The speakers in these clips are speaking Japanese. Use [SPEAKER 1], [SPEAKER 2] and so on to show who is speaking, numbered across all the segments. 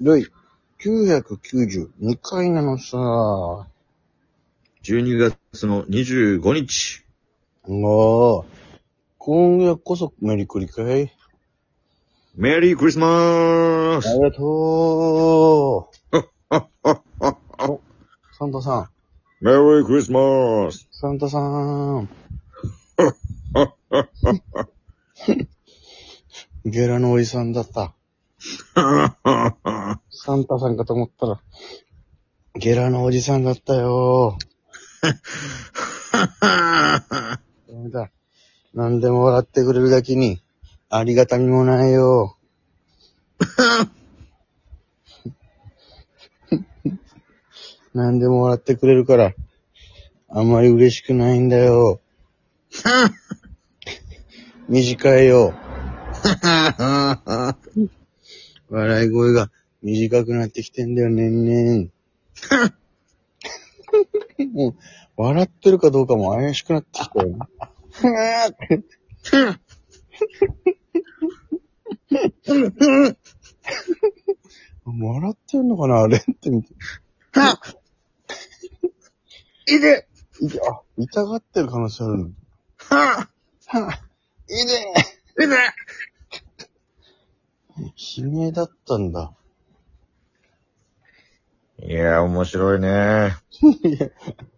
[SPEAKER 1] 第992回なのさ。あ
[SPEAKER 2] 12月の25日。
[SPEAKER 1] あ。今夜こそメリクリかい
[SPEAKER 2] メリークリスマ
[SPEAKER 1] あ
[SPEAKER 2] ス
[SPEAKER 1] りがとう。おサンタさん。
[SPEAKER 2] メリークリスマス
[SPEAKER 1] サンタさん。ゲラのおじさんだった。サンタさんかと思ったら、ゲラのおじさんだったよ。ダメだ。何でも笑ってくれるだけに、ありがたみもないよ。何でも笑ってくれるから、あんまり嬉しくないんだ よ。短い よ。笑い声が短くなってきてんだよ、年 々。もう、笑ってるかどうかも怪しくなってきたよ な。ふーって笑ってんのかなあれって見て。
[SPEAKER 2] いで
[SPEAKER 1] いやあ、痛がってる可能性あるの。はぁ いいね
[SPEAKER 2] いで
[SPEAKER 1] 悲鳴だったんだ。
[SPEAKER 2] いや、面白いね。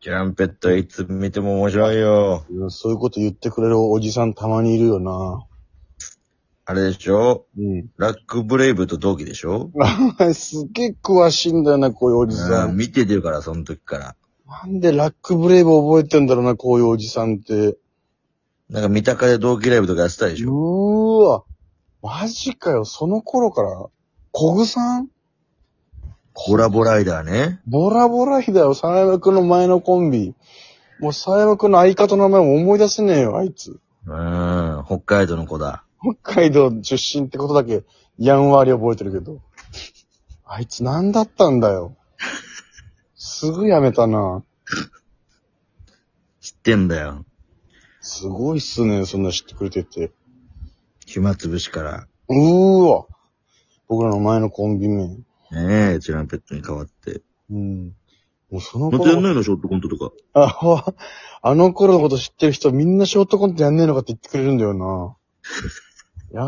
[SPEAKER 2] キャンペットいつ見ても面白いよ。
[SPEAKER 1] いやそういうこと言ってくれるおじさんたまにいるよな。
[SPEAKER 2] あれでしょ
[SPEAKER 1] うん。
[SPEAKER 2] ラックブレイブと同期でしょ
[SPEAKER 1] お前 すげえ詳しいんだよな、こういうおじさ
[SPEAKER 2] うん
[SPEAKER 1] ん。
[SPEAKER 2] 見ててるから、その時から。
[SPEAKER 1] なんでラックブレイブ覚えてんだろうな、こういうおじさんって。
[SPEAKER 2] なんか三鷹で同期ライブとかやってたで
[SPEAKER 1] う
[SPEAKER 2] しょ
[SPEAKER 1] ーわ。マジかよ、その頃から。コグさん
[SPEAKER 2] コラボライダーね。
[SPEAKER 1] ボラボラひだよ、沢山くんの前のコンビ。もう沢山くんの相方の名前も思い出せねえよ、あいつ。
[SPEAKER 2] うん、北海道の子だ。
[SPEAKER 1] 北海道出身ってことだけ、やんわり覚えてるけど。あいつ何だったんだよ。すぐやめたな。
[SPEAKER 2] 知ってんだよ。
[SPEAKER 1] すごいっすね、そんな知ってくれてて。
[SPEAKER 2] 暇つぶしから。
[SPEAKER 1] うーわ。僕らの前のコンビ名。
[SPEAKER 2] ねえ、チュランペットに変わって。
[SPEAKER 1] うん。もうその
[SPEAKER 2] またやん
[SPEAKER 1] 頃、
[SPEAKER 2] ないのショートコントとか。
[SPEAKER 1] あわあの頃のこと知ってる人みんなショートコントやんねえのかって言ってくれるんだよな。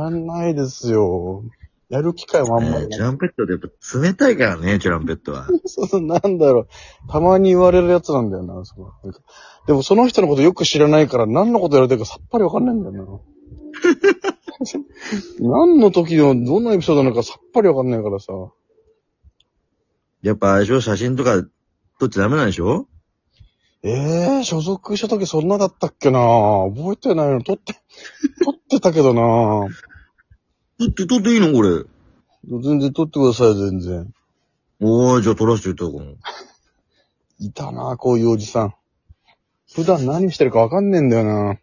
[SPEAKER 1] やんないですよ。やる機会もあんまり
[SPEAKER 2] ねえ、
[SPEAKER 1] な
[SPEAKER 2] チュ
[SPEAKER 1] い。
[SPEAKER 2] ランペットってやっぱ冷たいからね、チュランペットは。
[SPEAKER 1] そう、なんだろう。たまに言われるやつなんだよな、そこ。でもその人のことよく知らないから何のことやられてるかさっぱりわかんないんだよな。何の時のどんなエピソードなのかさっぱりわかんないからさ。
[SPEAKER 2] やっぱあれでしょ、写真とか撮っちゃダメなんでしょ
[SPEAKER 1] ええ所属した時そんなだったっけな覚えてないの。撮って、撮ってたけどな
[SPEAKER 2] 撮って、撮っていいのこれ。
[SPEAKER 1] 全然撮ってください、全然。
[SPEAKER 2] おー、じゃあ撮らせていただこう。
[SPEAKER 1] いたなこういうおじさん。普段何してるかわかんねえんだよな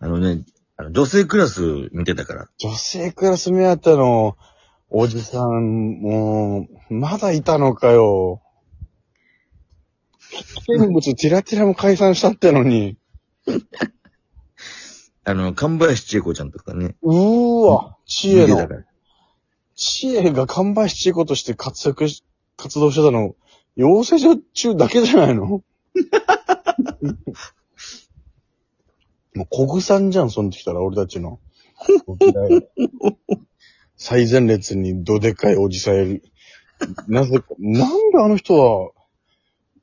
[SPEAKER 2] あのね、あの女性クラス見てたから。
[SPEAKER 1] 女性クラス目当てのおじさん、もう、まだいたのか よ。危険物ティラティラも解散したってのに。
[SPEAKER 2] あの、神林千恵子ちゃんとかね。
[SPEAKER 1] うーわ、知恵
[SPEAKER 2] 見てた
[SPEAKER 1] の
[SPEAKER 2] か。ら。
[SPEAKER 1] 知恵が看板七子として活躍し、活動してたの、養成所中だけじゃないの もう、小具さんじゃん、その時から、俺たちの。最前列にどでかいおじさんいる。なぜか、なんであの人は、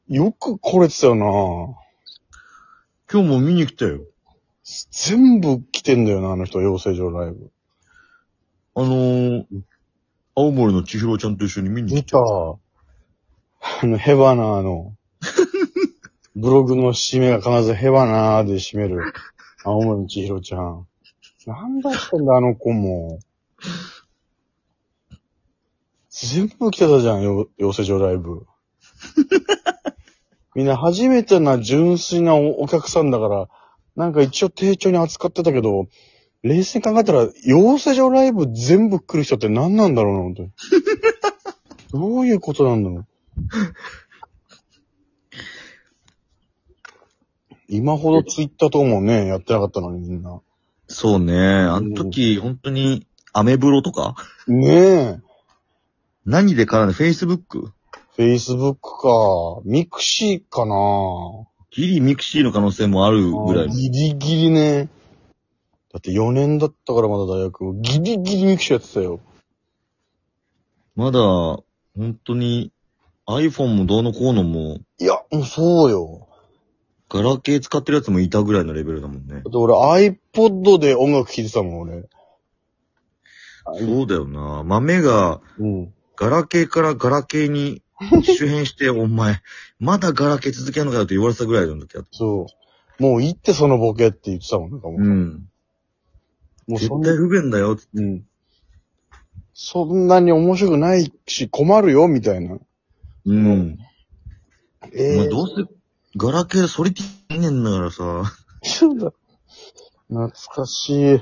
[SPEAKER 1] よく来れてたよな
[SPEAKER 2] 今日も見に来たよ。
[SPEAKER 1] 全部来てんだよな、あの人、養成所ライブ。
[SPEAKER 2] あのー、青森の千尋ちゃんと一緒に見に
[SPEAKER 1] 見
[SPEAKER 2] 来
[SPEAKER 1] た。
[SPEAKER 2] た。
[SPEAKER 1] あの、ヘバナーの、ブログの締めが必ずヘバナーで締める、青森千尋ちゃん。なんだったんだ、あの子も。全部来てたじゃん、よ養成所ライ ブ。みんな初めてな純粋なおお客さんだから、なんか一応丁重に扱ってたけど、冷静に考えたら、養成所ライブ全部来る人って何なんだろうな、本当に。どういうことなんだ ろう。今ほどツイッターとかもね、やってなかったのにみんな。
[SPEAKER 2] そうね。あの時、本当に、アメブロとか
[SPEAKER 1] ねえ。
[SPEAKER 2] 何で絡んで ?Facebook?
[SPEAKER 1] Facebook か、ミクシーかな
[SPEAKER 2] ギリミクシーの可能性もあるぐらいの。
[SPEAKER 1] ギリギリね。だって4年だったからまだ大学。ギリギリミクシーやってたよ。
[SPEAKER 2] まだ、本当に iPhone もどうのこうのも、
[SPEAKER 1] いや、もうそうよ。
[SPEAKER 2] ガラケー使ってるやつもいたぐらいのレベルだもんね
[SPEAKER 1] だ。って俺 iPod で音楽聴いてたもん、俺。
[SPEAKER 2] そうだよな。豆が、
[SPEAKER 1] うん。
[SPEAKER 2] ガラケーからガラケーに周辺して、 お前、まだガラケー続けやんのかよって言われてたぐらいの時だった。
[SPEAKER 1] そう。もう行ってそのボケって言ってたもん、なんかもう。
[SPEAKER 2] うん。
[SPEAKER 1] もう
[SPEAKER 2] 絶
[SPEAKER 1] そんな
[SPEAKER 2] 対、不便だよ。
[SPEAKER 1] うん。そんなに面白くないし、困るよ、みたいな。
[SPEAKER 2] うん。
[SPEAKER 1] え
[SPEAKER 2] ま
[SPEAKER 1] え
[SPEAKER 2] あどうせ、ガラケーでソリティねえんだからさ。
[SPEAKER 1] そうだ。懐かしい。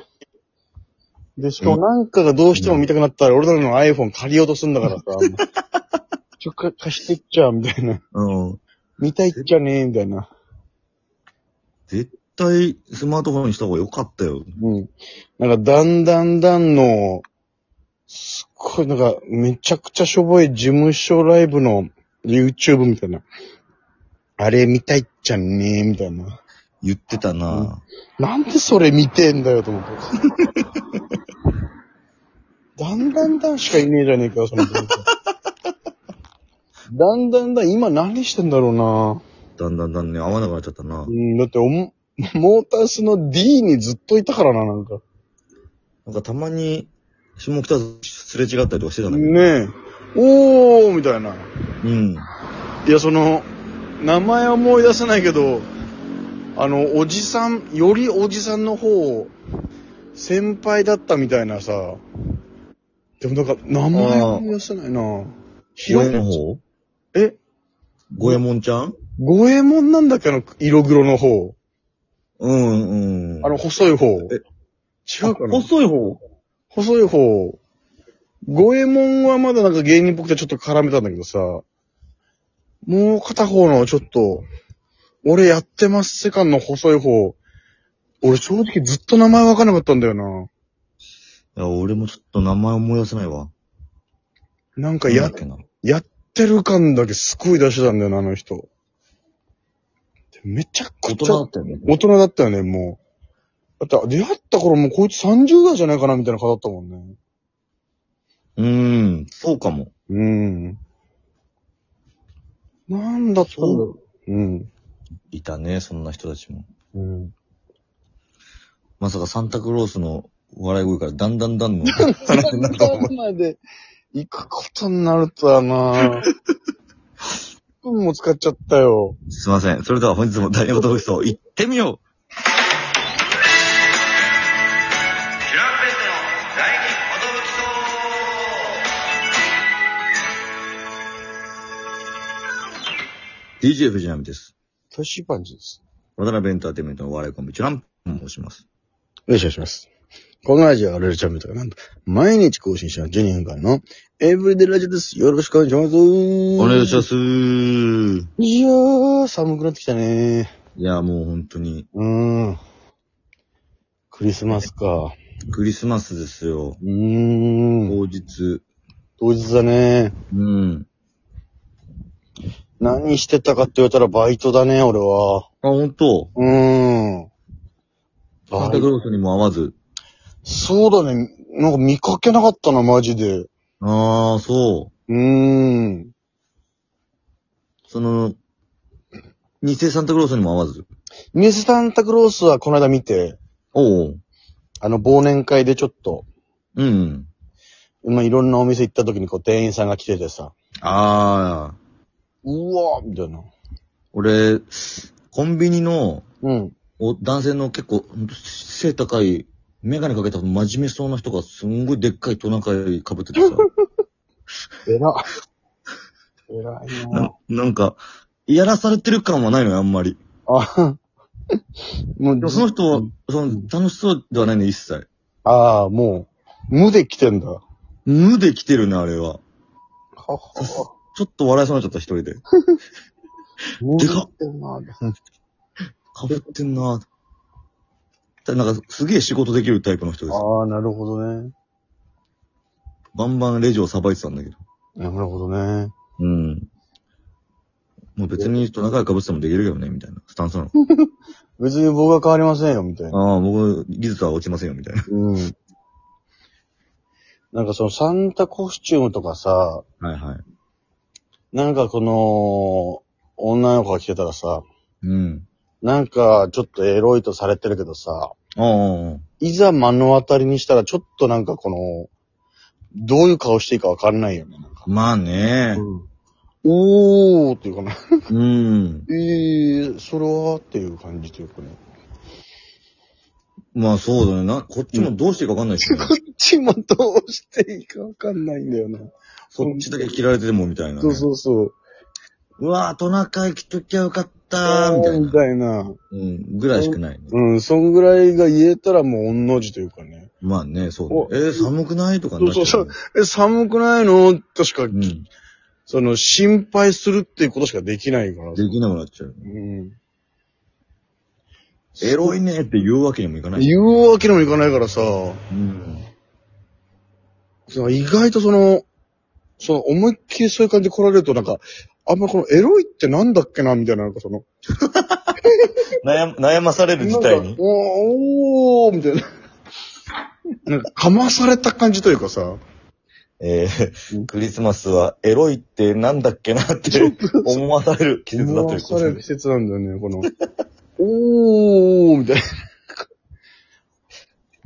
[SPEAKER 1] で、しかもなんかがどうしても見たくなったら、俺らの iPhone 借りようとすんだから さ。ちょ、か貸してっちゃ、みたいな。
[SPEAKER 2] うん。
[SPEAKER 1] 見たいっちゃねえ、みたいな。
[SPEAKER 2] 絶対、スマートフォンにした方が良かった
[SPEAKER 1] う
[SPEAKER 2] よ。
[SPEAKER 1] ん。なんか、だんだんだんの、すっごい、なんか、めちゃくちゃしょぼい事務所ライブの YouTube みたいな。あれ見たいっちゃねえ、みたいな。
[SPEAKER 2] 言ってたな。
[SPEAKER 1] なんでそれ見てんだよと思って。だんだんだんしかいねえじゃねえかよ、その人。だんだんだん、今何してんだろうな
[SPEAKER 2] だんだんだんね、合わなくなっちゃったな
[SPEAKER 1] う。ん、だっておも、モータースの D にずっといたからな、なんか。
[SPEAKER 2] なんかたまに、下北沢すれ違ったりとかしてたんだけど。
[SPEAKER 1] ねえ。おーみたいな。
[SPEAKER 2] うん。
[SPEAKER 1] いや、その、名前は思い出せないけど、あの、おじさん、よりおじさんの方、先輩だったみたいなさ、でもなんか、名前は思い出せないな
[SPEAKER 2] 五
[SPEAKER 1] 広
[SPEAKER 2] 右衛門の方
[SPEAKER 1] え、
[SPEAKER 2] 五右衛門ちゃん
[SPEAKER 1] 五右衛門なんだっけあの、色黒の方。
[SPEAKER 2] うんうん。
[SPEAKER 1] あの、細い方。違
[SPEAKER 2] え
[SPEAKER 1] うかな
[SPEAKER 2] 細い方
[SPEAKER 1] 細い方。五右衛門はまだなんか芸人っぽくてちょっと絡めたんだけどさ、もう片方のちょっと、俺やってますセカンドの細い方、俺正直ずっと名前わかんなかったんだよな。
[SPEAKER 2] いや、俺もちょっと名前思い出せないわ。
[SPEAKER 1] なんかや、
[SPEAKER 2] なんだっけな。
[SPEAKER 1] やってる感だけすごい出してたんだよな、あの人。でめちゃく
[SPEAKER 2] 大
[SPEAKER 1] ちゃ
[SPEAKER 2] 人だったよね。
[SPEAKER 1] 大人だったよね、もう。だって出会った頃もうこいつ30代じゃないかな、みたいな方だったもんね。
[SPEAKER 2] うーん、そうかも。
[SPEAKER 1] うん。なんだったんだろう。うん。
[SPEAKER 2] いたね、そんな人たちも。
[SPEAKER 1] うん。
[SPEAKER 2] まさかサンタクロースの笑い声からだんだんだんの話になると思う。
[SPEAKER 1] まで行くことになるとはな 分も使っちゃったよ。
[SPEAKER 2] すいません。それでは本日も大変なことです行ってみようキュランペットの第二 DJ 藤波です。
[SPEAKER 1] トシパンチです。
[SPEAKER 2] 渡辺エンターテインメントのお笑いコンビ、チュランペットと申します。
[SPEAKER 1] よろしくお願いします。このラジオはラジオチャンネルとかなんと、毎日更新した12分間のエブリデイラジオです。よろしくお願いします。お
[SPEAKER 2] お願いしま。すー。
[SPEAKER 1] いやー、寒くなってきたね
[SPEAKER 2] いや、もう本当に、
[SPEAKER 1] うーん。クリスマスか。
[SPEAKER 2] クリスマスですよ。
[SPEAKER 1] うーん。
[SPEAKER 2] 当日。
[SPEAKER 1] 当日だね
[SPEAKER 2] うん。
[SPEAKER 1] 何してたかって言われたらバイトだね、俺は。
[SPEAKER 2] あ、本当
[SPEAKER 1] うーん。
[SPEAKER 2] サン
[SPEAKER 1] バ
[SPEAKER 2] タ
[SPEAKER 1] イ
[SPEAKER 2] クロースにも合わず。
[SPEAKER 1] そうだね。なんか見かけなかったな、マジで。う
[SPEAKER 2] ああ、そ
[SPEAKER 1] ーん。
[SPEAKER 2] う。その、偽サンタクロースにも合わず。
[SPEAKER 1] ミスサンタクロースはこの間見て、
[SPEAKER 2] おう。
[SPEAKER 1] あの、忘年会でちょっと、
[SPEAKER 2] うん。
[SPEAKER 1] まあ、いろんなお店行った時にこう、店員さんが来ててさ、
[SPEAKER 2] ああ。
[SPEAKER 1] うわーみたいな。
[SPEAKER 2] 俺、コンビニの、
[SPEAKER 1] うん。
[SPEAKER 2] お男性の結構、ほんと背高い、メガネかけた真面目そうな人がすんごいでっかいトナカイ被ってて さ。
[SPEAKER 1] えら。えらい
[SPEAKER 2] な
[SPEAKER 1] な
[SPEAKER 2] なんか、やらされてる感はないのよ、あんまり。
[SPEAKER 1] あ、 も
[SPEAKER 2] でも
[SPEAKER 1] う、
[SPEAKER 2] その人は、その、楽しそうではないね、一切。
[SPEAKER 1] ああ、もう、無で来てんだ。は
[SPEAKER 2] 無で来てるね、あれは。
[SPEAKER 1] は。
[SPEAKER 2] ちょっと笑いそうになっちゃった、一人で。
[SPEAKER 1] 無
[SPEAKER 2] でかっ
[SPEAKER 1] 来てんな
[SPEAKER 2] かぶってんなぁたなんか、すげえ仕事できるタイプの人です。
[SPEAKER 1] ああ、なるほどね。
[SPEAKER 2] バンバンレジをさばいてたんだけど。
[SPEAKER 1] なるほどね。
[SPEAKER 2] うん。もう別にトナカイ被ってもできるよね、みたいな。スタンスなの。
[SPEAKER 1] 別に僕は変わりませんよ、みたいな。
[SPEAKER 2] ああ、僕、技術は落ちませんよ、みたいな。
[SPEAKER 1] うん。なんかそのサンタコスチュームとかさ、
[SPEAKER 2] はいはい。
[SPEAKER 1] なんかこの、女の子が着てたらさ、
[SPEAKER 2] うん。
[SPEAKER 1] なんかちょっとエロいとされてるけどさ、
[SPEAKER 2] ああああ、ああ
[SPEAKER 1] いざ目の当たりにしたらちょっとなんかこの、どういう顔していいかわかんないよね。なんか
[SPEAKER 2] まあね。
[SPEAKER 1] おーっていうかな。
[SPEAKER 2] うん。
[SPEAKER 1] えー、それはっていう感じというか ね。
[SPEAKER 2] まあそうだね。な、こっちもどうしていいかわかんないし、ね。
[SPEAKER 1] こっちもどうしていいかわかんないんだよな。
[SPEAKER 2] こっちだけ切られてても、みたいな、ね。
[SPEAKER 1] そうそうそう。
[SPEAKER 2] うわぁ、トナカイ着ときゃよかったー、みたい
[SPEAKER 1] み
[SPEAKER 2] な。
[SPEAKER 1] たいな。
[SPEAKER 2] うん、ぐらいしかない、ね。
[SPEAKER 1] うん、そんぐらいが言えたらもう御の字というかね。
[SPEAKER 2] まあね、そうだね。えー、寒くないとかになっちゃ
[SPEAKER 1] そううえ、寒くないのとしか、
[SPEAKER 2] うん。
[SPEAKER 1] その、心配するっていうことしかできないから。
[SPEAKER 2] できなくなっちゃう。
[SPEAKER 1] うん。
[SPEAKER 2] エロいねって言うわけにもいかない。
[SPEAKER 1] 言うわけにもいかないからさ、
[SPEAKER 2] うん。
[SPEAKER 1] その意外とその、その思いっきりそういう感じで来られるとなんか、あんまこのエロいってなんだっけなみたいな、なんかその、
[SPEAKER 2] 悩悩まされる事態
[SPEAKER 1] なんか。
[SPEAKER 2] に
[SPEAKER 1] おー、おーみたいな。なんか、かまされた感じというかさ、
[SPEAKER 2] えー、クリスマスはエロいってなんだっけなって思わされる季節になってる
[SPEAKER 1] 思わされる季節なんだよね、この、 おー、みたいな。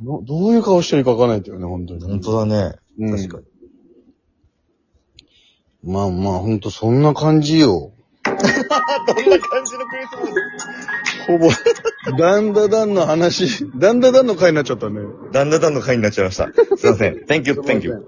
[SPEAKER 1] どどういう顔してるかわかんないんだよね、本当に。
[SPEAKER 2] 本当だね。
[SPEAKER 1] うん
[SPEAKER 2] 確かに。
[SPEAKER 1] まあまあ、本当そんな感じよ。
[SPEAKER 2] どんな感じのクリスマス
[SPEAKER 1] ほぼ、 ダンダダンの話、ダンダダンの回になっちゃったね。
[SPEAKER 2] だんだんだんの回になっちゃいました。すいません。Thank you, thank you.